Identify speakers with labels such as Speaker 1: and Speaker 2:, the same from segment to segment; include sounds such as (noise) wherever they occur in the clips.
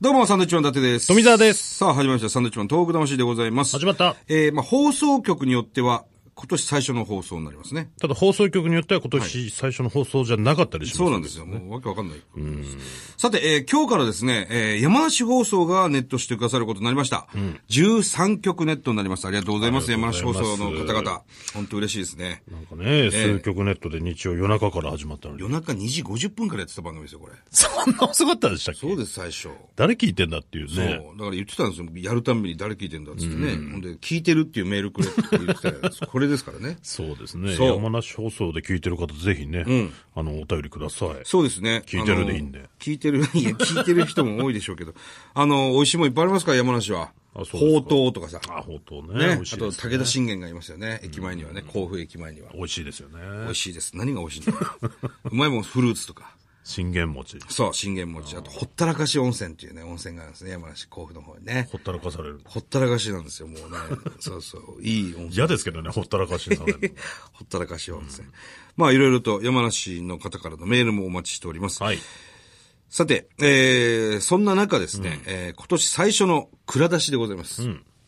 Speaker 1: どうも、サンドイッチマン伊達です。
Speaker 2: 富澤です。
Speaker 1: さあ、始まりました。サンドイッチマン東北魂でございます。
Speaker 2: 始まった。
Speaker 1: えー、まあ、放送局によっては、今年最初の放送になりますね。
Speaker 2: ただ放送局によっては今年最初の放送じゃなかったりします、
Speaker 1: そうなんですよ。もうわけわかんない。さて、えー今日からですね、えー山梨放送がネットしてくださることになりました。13局ネットになります。ありがとうございます。
Speaker 2: あり
Speaker 1: 山
Speaker 2: が
Speaker 1: 梨
Speaker 2: とうご
Speaker 1: 放
Speaker 2: ざいます
Speaker 1: 送の方々。本当嬉しいですね。
Speaker 2: なんかね、数局ネットで日曜夜中から始まった (laughs) のに。
Speaker 1: 夜中2時50分からやってた番組ですよ、これ。
Speaker 2: そんな遅かったでしたっ
Speaker 1: そう
Speaker 2: け
Speaker 1: です、最初。
Speaker 2: 誰聞いてんだっていう
Speaker 1: そう。だ
Speaker 2: ね。
Speaker 1: から言ってたんですよ。やるたんびに誰聞いてんだっつってね。ほんで、聞いてるっていうメールくれって言ってたやつこれですからね。
Speaker 2: そうですね。
Speaker 1: そう
Speaker 2: 山梨放送で聞いてる方ぜひね、あの、お便りください。
Speaker 1: そうですね。
Speaker 2: 聞いてるでいいんで
Speaker 1: あの聞いてる、 (laughs) いや、聞いてる人も多いでしょうけど。 (laughs) あの、美味しいもんいっぱいありますから、山梨は。
Speaker 2: あそう
Speaker 1: ほ
Speaker 2: で
Speaker 1: うとうとかさ。
Speaker 2: あ、本当ね。美
Speaker 1: ね。
Speaker 2: 味し
Speaker 1: あ
Speaker 2: いで
Speaker 1: と、
Speaker 2: す。
Speaker 1: 武田信玄がいますよね。駅前にはね。甲府駅前には。
Speaker 2: 美味しいですよね。
Speaker 1: 美味しいです。何が美味しいの
Speaker 2: (laughs)
Speaker 1: うまいもん、フルーツとか。
Speaker 2: 信玄餅。
Speaker 1: そう、信玄餅。あと、ほったらかし温泉っていうね、温泉があるんですね。山梨、甲府の方にね。
Speaker 2: ほったらかされる。
Speaker 1: ほったらかしなんですよ、もう
Speaker 2: (laughs)
Speaker 1: ね。そうそう。いい温泉。
Speaker 2: 嫌ですけどね、ほったらかしにされるの。
Speaker 1: ほったらかし温泉。まあ、いろいろと山梨の方からのメールもお待ちしております。
Speaker 2: (laughs) はい。
Speaker 1: さて、えー、そんな中ですね、えー今年最初の蔵出しでございます。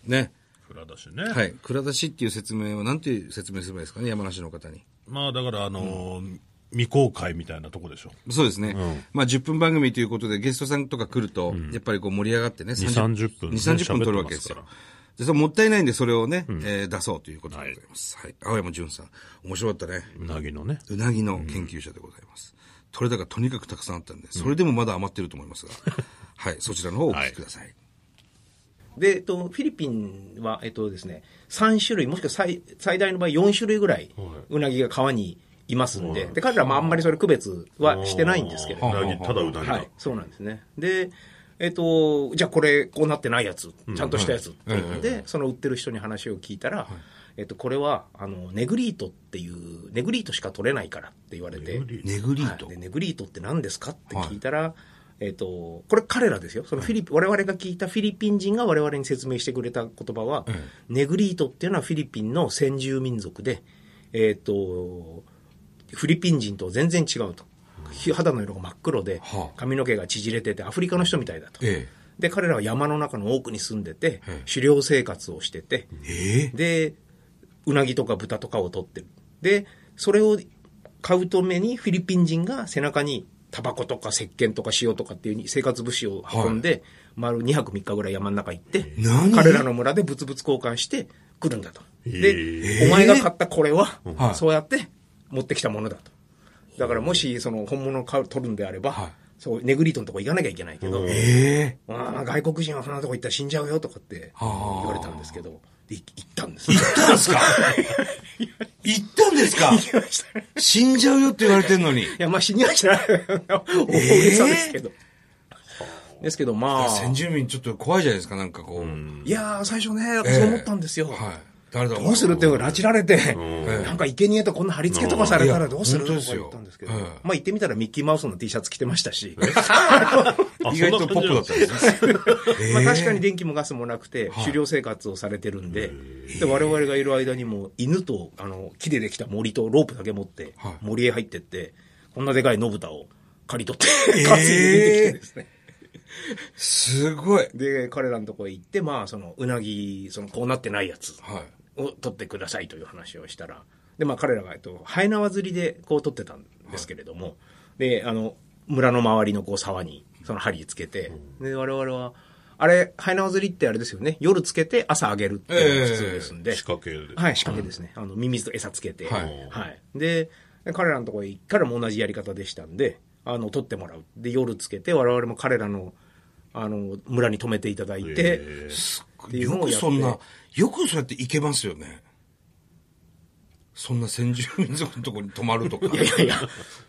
Speaker 1: ね。
Speaker 2: 蔵出しね。
Speaker 1: はい。蔵出しっていう説明は、なんていう説明すればいいですかね、山梨の方に。
Speaker 2: まあだから、あのー未公開みたいなとこでしょ。
Speaker 1: そうですね。まあ、10分番組ということで、ゲストさんとか来ると、やっぱりこう盛り上がってね、
Speaker 2: 20 30分
Speaker 1: 2、30分取るわけです
Speaker 2: 喋
Speaker 1: よ
Speaker 2: ってま。
Speaker 1: で、それもったいないんで、それをね、えー出そうということでございます。はい。青山淳さん、面白かったね。
Speaker 2: うなぎのね。
Speaker 1: うなぎの研究者でございます。取れ高とにかくたくさんあったんで、それでもまだ余ってると思い (laughs) ますが、はい、そちらの方をお聞きください。
Speaker 3: で、えっと、フィリピンは、えっとですね、3種類、もしくは最最大の場合4種類ぐらい、うなぎが川にいますんで、で彼らもあんまりそれ区別はしてないんですけれど
Speaker 2: う
Speaker 3: も、
Speaker 2: なぎ、ただうなぎ
Speaker 3: は
Speaker 2: だ
Speaker 3: い。、そうなんですね。で、えっと、じゃあこれ、こうなってないやつ、ちゃんとしたやつって言うんで、その売ってる人に話を聞いたら、えっと、これは、あの、ネグリートっていう、ネグリートしか取れないからって言われて、
Speaker 1: ネグリート
Speaker 3: はいでネグリートって何ですかって聞いたら、えっとこれ彼らですよそのフィリピ、我々が聞いたフィリピン人が我々に説明してくれた言葉は、ネグリートっていうのはフィリピンの先住民族で、えっとフィリピン人と全然違うと肌の色が真っ黒で
Speaker 1: はあ
Speaker 3: 髪の毛が縮れててアフリカの人みたいだと、
Speaker 1: ええ
Speaker 3: で彼らは山の中の奥に住んでて、狩猟生活をしてて、
Speaker 1: え
Speaker 3: で、うなぎとか豚とかを取ってる。で、それを買うためにフィリピン人が背中にタバコとか石鹸とか塩とかっていう生活物資を運んで、丸2泊3日ぐらい山の中行って
Speaker 1: 何、
Speaker 3: 彼らの村で物々交換して来るんだと。
Speaker 2: へ
Speaker 3: で、お前が買ったこれは
Speaker 1: は、い
Speaker 3: そうやって持ってきたものだと。だからもしその本物を買う取るんであれば、そう、ネグリートのとこ行かなきゃいけないけど、
Speaker 1: え
Speaker 3: ああ、外国人はそんなとこ行ったら死んじゃうよとかって言
Speaker 1: あ
Speaker 3: われたんですけど、で、い行ったんです。行っ
Speaker 1: 行ったんです
Speaker 3: (laughs)
Speaker 1: か行ったんですか
Speaker 3: きましたね。
Speaker 1: 死んじゃうよって言われてんのに。
Speaker 3: いや、まあ死にはしない。 (laughs) 大げさですけど。ですけど、まあ、
Speaker 1: 先住民ちょっと怖いじゃないですか、なんかこう。
Speaker 3: いやー、最初ね、そう思ったんですよ。
Speaker 1: はい。誰だ
Speaker 3: どうするって、拉致られて、
Speaker 1: ん
Speaker 3: なんか生贄とこんな貼り付けとかされたらどうす
Speaker 1: い
Speaker 3: る
Speaker 1: や本当で
Speaker 3: とか
Speaker 1: すよ
Speaker 3: 言ったんですけど
Speaker 1: ええ、
Speaker 3: まあ行ってみたらミッキーマウスの T シャツ着てましたし。
Speaker 2: あ
Speaker 1: 意外とポップだったんですね。
Speaker 3: まあ確かに電気もガスもなくて、狩猟生活をされてるんで、で我々がいる間にも、犬とあの木でできた森とロープだけ持って
Speaker 1: はい、
Speaker 3: 森へ入ってって、こんなでかい野豚を刈り取って、担いで出てきてですね。
Speaker 1: すごい。
Speaker 3: で、彼らのとこへ行って、まあ、その、うなぎ、その、こうなってないやつ
Speaker 1: はい。
Speaker 3: を取ってくださいという話をしたら、で、まあ、彼らが、えっと、ハエ縄釣りで、こう取ってたんですけれども、で、あの、村の周りのこう沢に、その針つけて、で、我々は、あれ、ハエ縄釣りってあれですよね、夜つけて朝あげるっていうのが普通ですんで、
Speaker 2: 仕掛けで。
Speaker 3: はい、仕掛けですね。あの、ミミズと餌つけて。
Speaker 1: は
Speaker 3: はいい。で、彼らのところへ行ったらも同じやり方でしたんで、あの、取ってもらう。で、夜つけて、我々も彼らの、あの、村に泊めていただいて、
Speaker 2: えー
Speaker 3: っていう
Speaker 1: よ
Speaker 3: のを
Speaker 1: く
Speaker 3: やって
Speaker 1: そんな、よくそうやって行けますよね。そんな先住民族のとこに泊まるとか。
Speaker 3: (laughs) いやいやいや、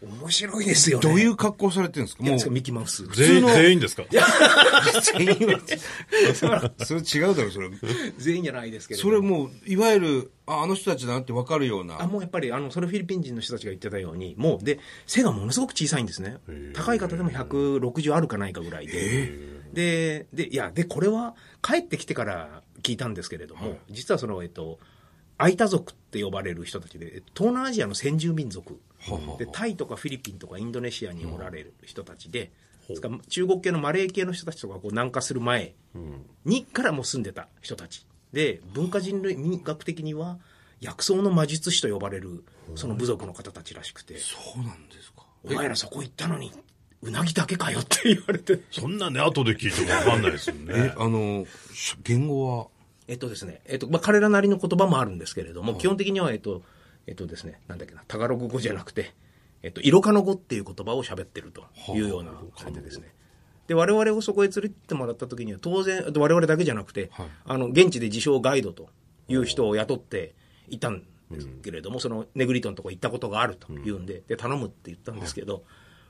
Speaker 3: 面白いですよね。
Speaker 1: どういうう格好されてるんですかもう、
Speaker 3: ミッキーマウス。
Speaker 2: 全員、全員ですか
Speaker 1: 全員は (laughs) それ違うだろ、それ。
Speaker 3: 全員じゃないですけれど
Speaker 1: そ
Speaker 3: も。
Speaker 1: れもう、いわゆる、あ、あの人たちだなって分かるような。
Speaker 3: あもうやっぱりあのそれフィリピン人の人たちが言ってたようにもうで背がものすごく小さいんですね高い方でも160あるかないかぐらいでででいやでこれは帰ってきてから聞いたんですけれども、実はそのえっとアイタ族って呼ばれる人たちで東南アジアの先住民族でタイとかフィリピンとかインドネシアにおられる人たちで、ですから中国系のマレー系の人たちとかこう南下する前にからもう住んでた人たちで文化人類学的には薬草の魔術師と呼ばれるその部族の方たちらしくて
Speaker 1: そうなんですか。
Speaker 3: 「お前らそこ行ったのにうなぎだけかよ」って言われて
Speaker 2: そんなんね、後で聞いてもわかんないですよ
Speaker 1: え、
Speaker 2: ね。
Speaker 1: あの、し言語は、
Speaker 3: えっとですね、えっと、まあ、彼らなりの言葉もあるんですけれども、基本的には、えっと、えっとですね、なんだっけな、タガログ語じゃなくて、えっと、イロカノ語っていう言葉を喋ってるというような感じですね。で、我々をそこへ連れてってもらった時には、当然、我々だけじゃなくて、あの、現地で自称ガイドという人を雇っていたんですけれども、その、ネグリトのとこ行ったことがあるというんで、で、頼むって言ったんですけど、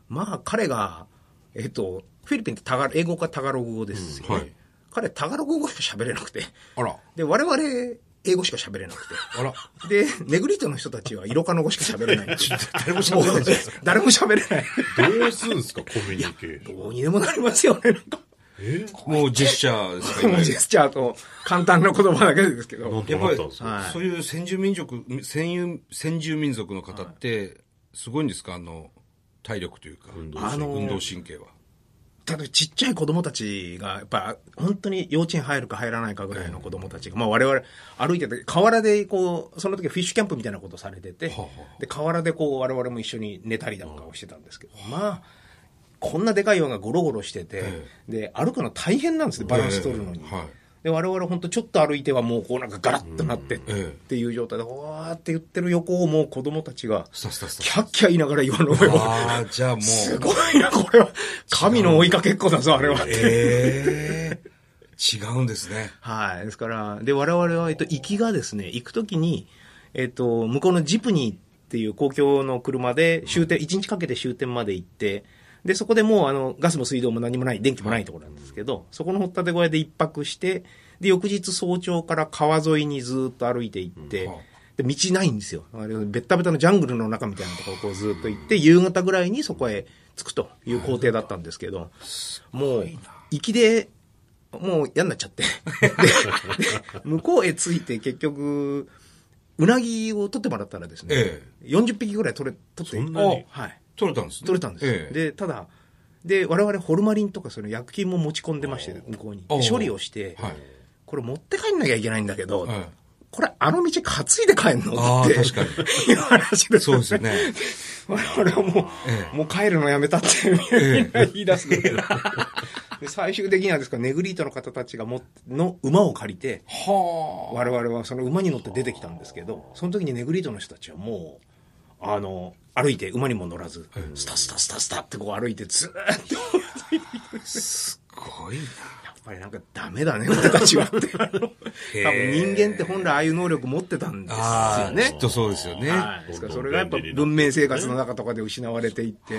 Speaker 3: まあ、彼が、えっと、フィリピンってタガ英語かタガログ語ですよね。
Speaker 1: うんはい
Speaker 3: 彼、タガログ語しか喋れなくて、
Speaker 1: あら、
Speaker 3: で、我々、英語しか喋れなくて。
Speaker 1: あら、
Speaker 3: で、ネグリートの人たちは、イロカの語しか喋れない。 (laughs) 誰も喋れない。誰も喋れない。
Speaker 2: どうすんすか、コミュニケーション。
Speaker 3: (laughs) どうにでもなりますよね、なんか。
Speaker 1: もうジェスチャーですか、今
Speaker 3: ジェスチャーと、簡単な言葉だけですけ
Speaker 2: なん
Speaker 3: ど。
Speaker 2: と
Speaker 1: やっぱ
Speaker 2: なっ
Speaker 1: り
Speaker 2: たんですか、
Speaker 3: はい
Speaker 1: そういう先住民族、先住先住民族の方って、すごいんですか、あの、体力というか、運動
Speaker 3: 神経
Speaker 1: 運動神経は。
Speaker 3: ただ、ちっちゃい子供たちが、やっぱ、本当に幼稚園入るか入らないかぐらいの子供たちが、まあ、我々、歩いてて、河原で、こう、その時フィッシュキャンプみたいなことされてて
Speaker 1: はあは、
Speaker 3: で、河原で、こう、我々も一緒に寝たりなんかをしてたんですけど、まあ、こんなでかい岩がゴロゴロしてて、で、歩くの大変なんですね、バランス取るのに。
Speaker 1: ええはい
Speaker 3: で、我々本当ちょっと歩いてはもうこうなんかガラッとなってっ
Speaker 1: ええ
Speaker 3: ていう状態で、わーって言ってる横をもう子供たちが、
Speaker 1: スタスタスタ
Speaker 3: キャッキャ言いながら岩の上を。
Speaker 1: ああ、じゃあも
Speaker 3: す
Speaker 1: う、
Speaker 3: ごいな、これは。神の追いかけっこだぞ、あれは。
Speaker 1: ええ違うんですね。
Speaker 3: はい。ですから、で、我々は、えっと、行きがですね、行くときに、えっと、向こうのジプニーっていう公共の車で終点、1日かけて終点まで行って、で、そこでもう、あの、ガスも水道も何もない、電気もないところなんですけど、そこの掘ったて小屋で一泊して、で、翌日早朝から川沿いにずっと歩いて行って、で、道ないんですよ。あれ、ベッタベタのジャングルの中みたいなところをこうずっと行って、夕方ぐらいにそこへ着くという工程だったんですけど、もう、行きで、もう嫌になっちゃって。で、で向こうへ着いて結局、うなぎを取ってもらったらですね、
Speaker 1: え
Speaker 3: 40匹ぐらい取れ、取って、
Speaker 2: そんなに
Speaker 3: はい。
Speaker 1: 取れたんですね
Speaker 3: 取れたんです、
Speaker 1: ええ
Speaker 3: で、ただ、で、我々ホルマリンとかその薬品も持ち込んでまして、向こうに。
Speaker 1: あ
Speaker 3: で
Speaker 1: ー
Speaker 3: 処理をして、
Speaker 1: はい
Speaker 3: これ持って帰んなきゃいけないんだけど、
Speaker 1: はい
Speaker 3: これあの道担いで帰んの
Speaker 1: あ
Speaker 3: っ
Speaker 1: あ、
Speaker 3: て。
Speaker 1: 確かに。
Speaker 3: (laughs) いう話です。
Speaker 1: そうですよ。ね。
Speaker 3: 我々はもう、
Speaker 1: え
Speaker 3: もう帰るのやめたってみんな言い出すんだ
Speaker 1: (laughs)
Speaker 3: けど。で最終的にはですから、ネグリートの方たちがもの馬を借りて、
Speaker 1: は
Speaker 3: 我々 (laughs) はその馬に乗って出てきたんですけど、その時にネグリートの人たちはもう、あの、歩いて馬にも乗らず、スタスタスタスタってこう歩いてずーっと、
Speaker 1: あ、すごいな。
Speaker 3: やっぱりなんかダメだね、俺たちはって。あの多分人
Speaker 1: (laughs) へー
Speaker 3: 間って本来ああいう能力持ってたんです
Speaker 1: あ
Speaker 3: よ
Speaker 1: あ、
Speaker 3: ね。
Speaker 1: きっとそうですよね。
Speaker 3: はい、ですからそれがやっぱ文明生活の中とかで失われていって、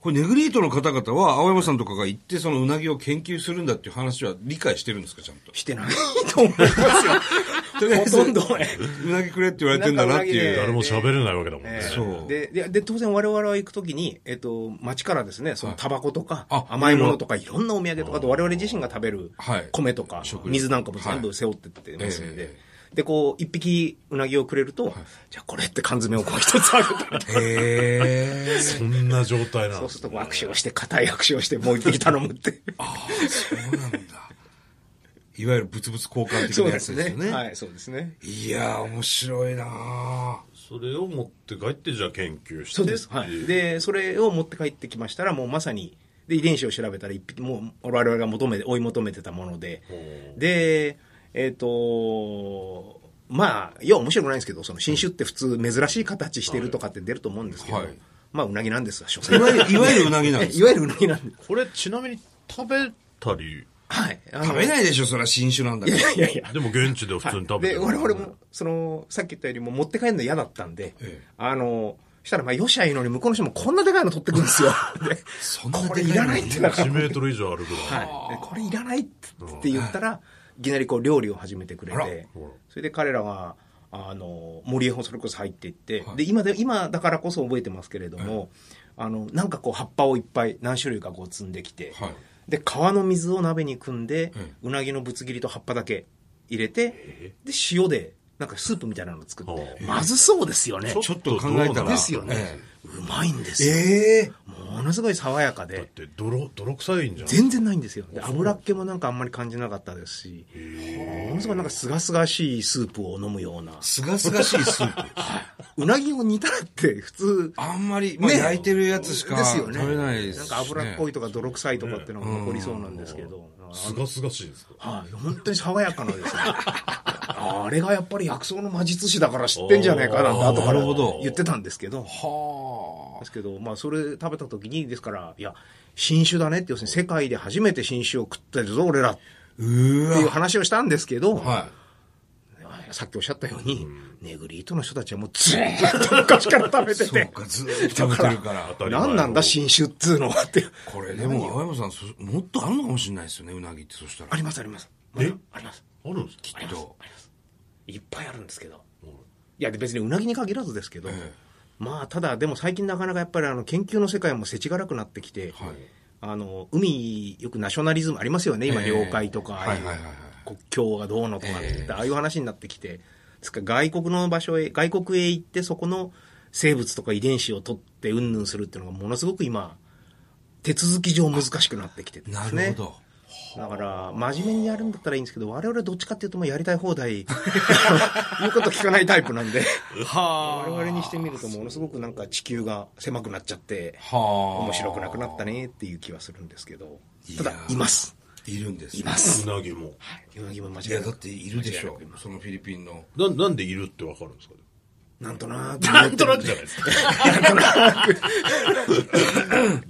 Speaker 1: これ、ネグリートの方々は、青山さんとかが行って、そのうなぎを研究するんだっていう話は理解してるんですか、ちゃんと。
Speaker 3: してないと思います (laughs) よ。ほとんどね。
Speaker 1: うなぎくれって言われてんだなってい
Speaker 3: な
Speaker 1: う。
Speaker 3: ん
Speaker 2: 誰も喋れないわけだもんね。
Speaker 3: ええ
Speaker 1: そう
Speaker 3: ででで当然我々は行くときに、えっと、町からですねそのタバコとか、
Speaker 1: あ
Speaker 3: 甘いものとかいろんなお土産とかあと我々自身が食べる
Speaker 1: はい
Speaker 3: 米とか、
Speaker 1: 食料
Speaker 3: 水なんかも全部背負ってってますんで、
Speaker 1: え
Speaker 3: でこう一匹うなぎをくれると、じゃあこれって缶詰をこう一つあげ
Speaker 1: (laughs)
Speaker 3: たりとか
Speaker 1: へえ。
Speaker 2: そんな状態なん
Speaker 3: そ
Speaker 2: で
Speaker 3: う
Speaker 2: す
Speaker 3: すると握手をして固い握手をしてもう一匹頼むって
Speaker 1: そうなんだ。いわゆる物々交換的
Speaker 3: そう
Speaker 1: な
Speaker 3: で
Speaker 1: やつ
Speaker 3: す
Speaker 1: です
Speaker 3: ね
Speaker 1: よね。
Speaker 3: はいそうですね
Speaker 1: いやー、面白いなー
Speaker 2: それを持って帰って、じゃあ研究して。
Speaker 3: そうです。は
Speaker 2: ってい
Speaker 3: い。
Speaker 2: う
Speaker 3: で、それを持って帰ってきましたら、もうまさに、で、遺伝子を調べたら、一匹、もう、我々が求めて、追い求めてたもので、で、えっ、と、まあ、要は面白くないんですけど、その新種って普通珍しい形してるとかって出ると思うんですけど、
Speaker 1: はい
Speaker 3: まあ、うなぎなんですわ、所
Speaker 1: い
Speaker 3: 詮
Speaker 1: わゆる、いわゆるうなぎなんです
Speaker 3: (laughs) いわゆるうなぎなんです。
Speaker 2: これ、ちなみに食べたり、
Speaker 3: はい。
Speaker 1: 食べ
Speaker 3: い
Speaker 1: ないでしょ、それは新種なんだ
Speaker 3: い
Speaker 1: から。
Speaker 3: やいやいや。
Speaker 2: でも現地で普通に食べて
Speaker 3: で、
Speaker 2: る。
Speaker 3: 我々も、その、さっき言ったよりも持って帰るの嫌だったんで、
Speaker 1: ええ
Speaker 3: あの、したら、まあ、よしゃいいのに、向こうの人もこんなでかいの取ってくるんです
Speaker 1: (laughs)
Speaker 3: よ。で
Speaker 1: そんなで
Speaker 3: こ
Speaker 1: かい
Speaker 3: れ
Speaker 1: の
Speaker 3: いらないってだから
Speaker 2: 1メートル以上あるぐらい。
Speaker 3: はい、これいらないっつって言ったら、いきなりこう料理を始めてくれ
Speaker 1: あら
Speaker 3: て、それで彼らが、あの、森へそれこそ入っていって、で、今で、今だからこそ覚えてますけれども、あの、なんかこう葉っぱをいっぱい何種類かこう積んできて、
Speaker 1: はい
Speaker 3: で、川の水を鍋に汲んで、うなぎのぶつ切りと葉っぱだけ入れて、で、塩で、なんかスープみたいなの作って、まずそうですよね。
Speaker 1: ちょっと考えたら。
Speaker 3: ですよね
Speaker 1: え。
Speaker 3: うまいんですよ。
Speaker 1: ええ
Speaker 3: ものすごい爽やかで、
Speaker 2: って泥泥臭いんじゃん
Speaker 3: 全然ないんですよ。で油っ気もなんかあんまり感じなかったですし、ものすごいなんかすがすがしいスープを飲むような。
Speaker 1: すがすがしいスープ。
Speaker 3: うなぎを煮たらって普通、
Speaker 1: あんまり、まあ、
Speaker 3: ね
Speaker 1: 焼いてるやつしか
Speaker 3: ですよ
Speaker 1: 食
Speaker 3: ね。
Speaker 1: べないです、ね。
Speaker 3: なんか油っこ
Speaker 1: い。
Speaker 3: いとか泥臭いとかっていうのが残りそうなんですけど。
Speaker 2: すがすがしいですか
Speaker 3: はい、本当に爽やかなですね。 (laughs) あれがやっぱり薬草の魔術師だから知ってんじゃないかなんて
Speaker 2: あー
Speaker 3: 後か
Speaker 1: な
Speaker 3: ら
Speaker 1: るほど
Speaker 3: 言ってたんですけど。
Speaker 1: は
Speaker 3: ですけど、まあそれ食べた時に、ですから、いや、新種だねって、要するに世界で初めて新種を食ってるぞ、俺らって
Speaker 1: あ。う
Speaker 3: いう話をしたんですけど、
Speaker 1: わ。はい。
Speaker 3: さっきおっしゃったように、ネグリートの人たちはもうずーっと昔から食べて
Speaker 1: そう
Speaker 3: て、
Speaker 1: か、ずーっと食べてるから。
Speaker 2: 当たり前
Speaker 3: 何なんだ新種っつうのはって。
Speaker 1: これでも、青山さん、そもっとあるのかもしれないですよね、うなぎって、そした
Speaker 3: あ
Speaker 1: ら。
Speaker 3: りますあります。
Speaker 2: え
Speaker 3: まだあります。
Speaker 2: あるんですか
Speaker 3: あります
Speaker 1: と
Speaker 3: ありますいっぱいあるんですけどいやで別にうなぎに限らずですけど、まあただでも最近なかなかやっぱりあの研究の世界もせちがらくなってきて、あの海よくナショナリズムありますよね今
Speaker 1: ええ
Speaker 3: 領海とか、
Speaker 1: はいはいはいはい
Speaker 3: 国境がどうのとかって言ってああいう話になってきてつか外国の場所へ外国へ行ってそこの生物とか遺伝子を取ってうんぬんするっていうのがものすごく今手続き上難しくなってきててで
Speaker 1: な
Speaker 3: す
Speaker 1: る
Speaker 3: ね
Speaker 1: ほど。
Speaker 3: だから、真面目にやるんだったらいいんですけど、我々はどっちかっていうと、もうやりたい放題、 (laughs) 言うこと聞かないタイプなんで、 (laughs) 我々にしてみると、ものすごくなんか地球が狭くなっちゃって、
Speaker 1: はあ。
Speaker 3: 面白くなくなったねっていう気はするんですけど、ただ
Speaker 1: いや、ー
Speaker 3: います。
Speaker 1: いるんです。
Speaker 3: います。
Speaker 2: うなぎも
Speaker 3: 世の中も間違
Speaker 1: い
Speaker 3: (laughs) いな
Speaker 1: や、
Speaker 3: く
Speaker 1: だっているでしょう。そのフィリピンの。
Speaker 2: ななんでいるってわかるんですか
Speaker 3: なんとなく。
Speaker 2: なんとなくじゃないですか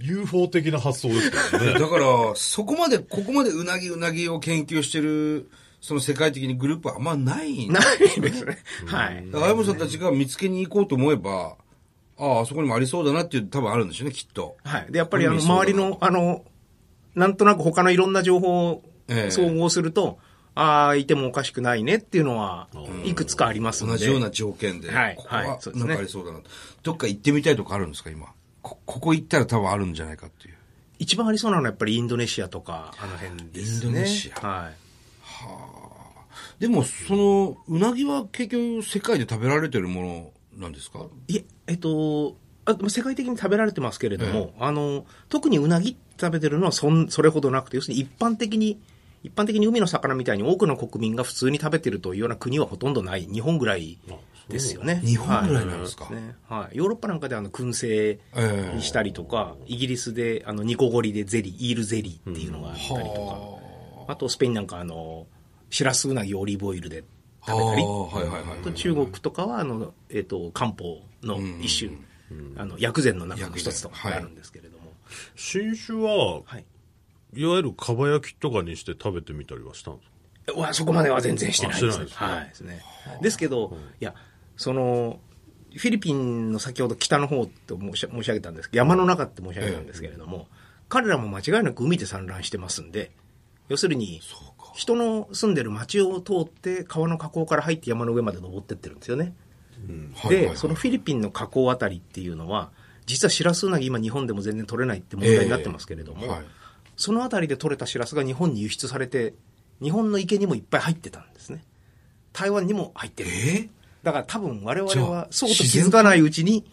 Speaker 2: UFO 的な発想ですけどね
Speaker 1: だから、そこまで、ここまでうなぎうなぎを研究してる、その世界的にグループはあんまないんだ。
Speaker 3: ないですね。はい。
Speaker 1: だから、青山さんたちが見つけに行こうと思えば、ああ、あそこにもありそうだなっていう、多分あるんでしょうね、きっと。
Speaker 3: はい。で、やっぱり、あの、
Speaker 1: 海そうだな
Speaker 3: 周りの、あの、なんとなく他のいろんな情報を
Speaker 1: ええ
Speaker 3: 総合すると、ああ、いてもおかしくないねっていうのは、いくつかありますんで。
Speaker 1: 同じような条件で、
Speaker 3: はい
Speaker 1: ここ
Speaker 3: はい
Speaker 1: は
Speaker 3: そうで
Speaker 1: な
Speaker 3: すね
Speaker 1: んかありそうだな、どっか行ってみたいとこあるんですか、今。こ、ここ行ったら多分あるんじゃないかっていう。
Speaker 3: 一番ありそうなのはやっぱりインドネシアとか、あの辺ですね。
Speaker 1: インドネシア
Speaker 3: はい。
Speaker 1: でも、その、うなぎは結局世界で食べられてるものなんですか
Speaker 3: いえ、えっと、あ世界的に食べられてますけれども、あの、特にうなぎって食べてるのはそんそれほどなくて、要するに一般的に、一般的に海の魚みたいに多くの国民が普通に食べてるというような国はほとんどない、日本ぐらいですよね。
Speaker 1: 日本ぐらいなんですか、
Speaker 3: はいねはい、ヨーロッパなんかであの燻製
Speaker 1: ええ
Speaker 3: にしたりとか、イギリスであのニコゴリでゼリー、イールゼリーっていうのがあったりとか、あとスペインなんかあの、シラスウナギをオリーブオイルで食べたり、
Speaker 1: あーはいはいはい
Speaker 3: あと中国とかはあの、えっと漢方の一種、あの薬膳の中の一つとかがあるんですけれども、
Speaker 2: 新種は
Speaker 3: はい
Speaker 2: いわゆるかば焼きとかにして食べてみたりはしたんですか
Speaker 3: うわそこまでは全然してないで
Speaker 2: あし
Speaker 3: す
Speaker 2: てない
Speaker 3: ね
Speaker 2: ですね
Speaker 3: はいですねですけど、いやそのフィリピンの先ほど北の方と申し申し上げたんですけど山の中って申し上げたんですけれども、彼らも間違いなく海で産卵してますんで要するに人の住んでる町を通って川の河口から入って山の上まで登ってってるんですよね、
Speaker 1: はいはいは
Speaker 3: で
Speaker 1: い
Speaker 3: そのフィリピンの河口あたりっていうのは実はシラスウナギ今日本でも全然取れないって問題になってますけれども、
Speaker 1: ええはい
Speaker 3: そのあたりで取れたシラスが日本に輸出されて、日本の池にもいっぱい入ってたんですね。台湾にも入ってる。
Speaker 1: え
Speaker 3: だから多分我
Speaker 1: じ
Speaker 3: 々
Speaker 1: ゃあ
Speaker 3: はそうと
Speaker 1: 自
Speaker 3: 気
Speaker 1: 然
Speaker 3: づかないうちに、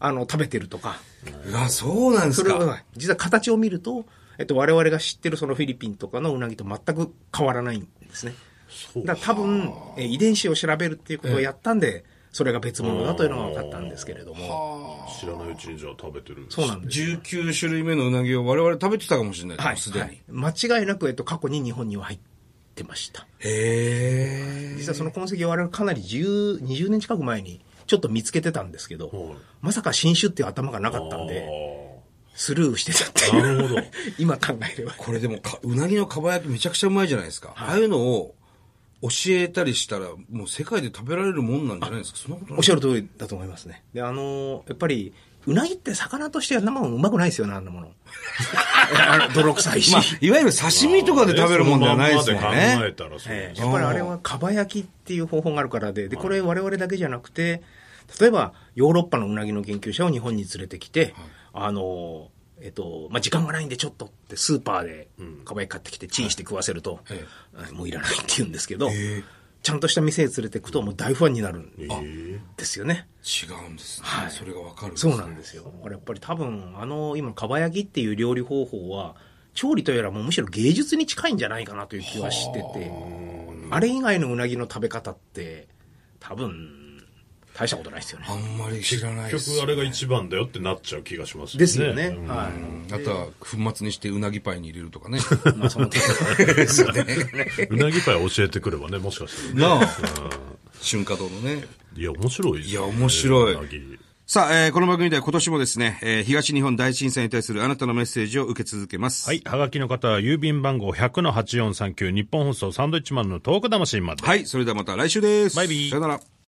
Speaker 3: あの、食べてるとか、
Speaker 1: ー、あ、そうなんで
Speaker 3: そ
Speaker 1: す
Speaker 3: れ
Speaker 1: か。
Speaker 3: は、実は形を見ると、えっと、我々が知ってるそのフィリピンとかのうなぎと全く変わらないんですね。
Speaker 2: そう
Speaker 3: だから多分、え遺伝子を調べるっていうことをやったんで、それが別物だというのが分かったんですけれども、
Speaker 2: 知らないうちにじゃあ食べてる
Speaker 3: そうなんです。
Speaker 1: 19種類目のうなぎを我々食べてたかもしれないです、
Speaker 3: はい、
Speaker 1: すでに。
Speaker 3: はい間違いなく、えっと、過去に日本には入ってました。
Speaker 1: へえ。
Speaker 3: 実はその痕跡を我々かなり10 20年近く前にちょっと見つけてたんですけど、
Speaker 2: はい
Speaker 3: まさか新種っていう頭がなかったんで、スルーしてたっていう。
Speaker 2: なるほど
Speaker 3: (laughs) 今考えれば。
Speaker 1: これでもか、うなぎのかば焼きめちゃくちゃうまいじゃないですか。ああいうのを教えたりしたら、もう世界で食べられるもんなんじゃないですか。そんなことな
Speaker 3: おっ
Speaker 1: い。
Speaker 3: しゃる通りだと思いますね。で、あのーやっぱり、うなぎって魚としては生もうまくないですよね、あんな
Speaker 2: (laughs)
Speaker 3: もの。あの泥臭いし。
Speaker 1: まあ、いわゆる刺身とかで食べるもんではないですもん
Speaker 2: そのまんまで考え
Speaker 1: ね。
Speaker 2: たらそう
Speaker 3: え
Speaker 2: で
Speaker 3: え
Speaker 2: す
Speaker 3: やっぱりあれはかば焼きっていう方法があるからで、で、これ我々だけじゃなくて、例えばヨーロッパのうなぎの研究者を日本に連れてきて、あの、えっと、まあ、時間がないんでちょっとってスーパーでかば焼き買ってきてチンして食わせると、
Speaker 1: え
Speaker 3: あもういらないって言うんですけど、ちゃんとした店へ連れていくと、もう大ファンになるんですよね。
Speaker 1: 違うんですね。それがわかる、
Speaker 3: そうなん
Speaker 1: す。
Speaker 3: ですよ。だからやっぱり多分、あの、今、かば焼きっていう料理方法は、調理というよりはもうむしろ芸術に近いんじゃないかなという気はしてて、あれ以外のうなぎの食べ方って、多分、大したことないですよね
Speaker 1: あ。んまり知らないです
Speaker 2: 結局あれが一番だよってなっちゃう気がしますよね。
Speaker 3: ですよね。 (laughs)
Speaker 2: うん
Speaker 3: はい。
Speaker 1: あとは、粉末にしてうなぎパイに入れるとか (laughs) ね。
Speaker 3: まあ、その程
Speaker 1: ですよね。
Speaker 2: うなぎパイ教えてくればね、もしかしたらね。
Speaker 1: なあ。春夏堂のね。
Speaker 2: いや、面白いですね
Speaker 1: いや面白いう
Speaker 2: なぎ
Speaker 1: さあ、えーこの番組では今年もですね、えー東日本大震災に対するあなたのメッセージを受け続けます。
Speaker 2: はい。はがきの方は、郵便番号100-8439、日本放送サンドイッチマンのトーク魂まで。
Speaker 1: はい、それではまた来週です。
Speaker 2: バイビー
Speaker 1: さよなら。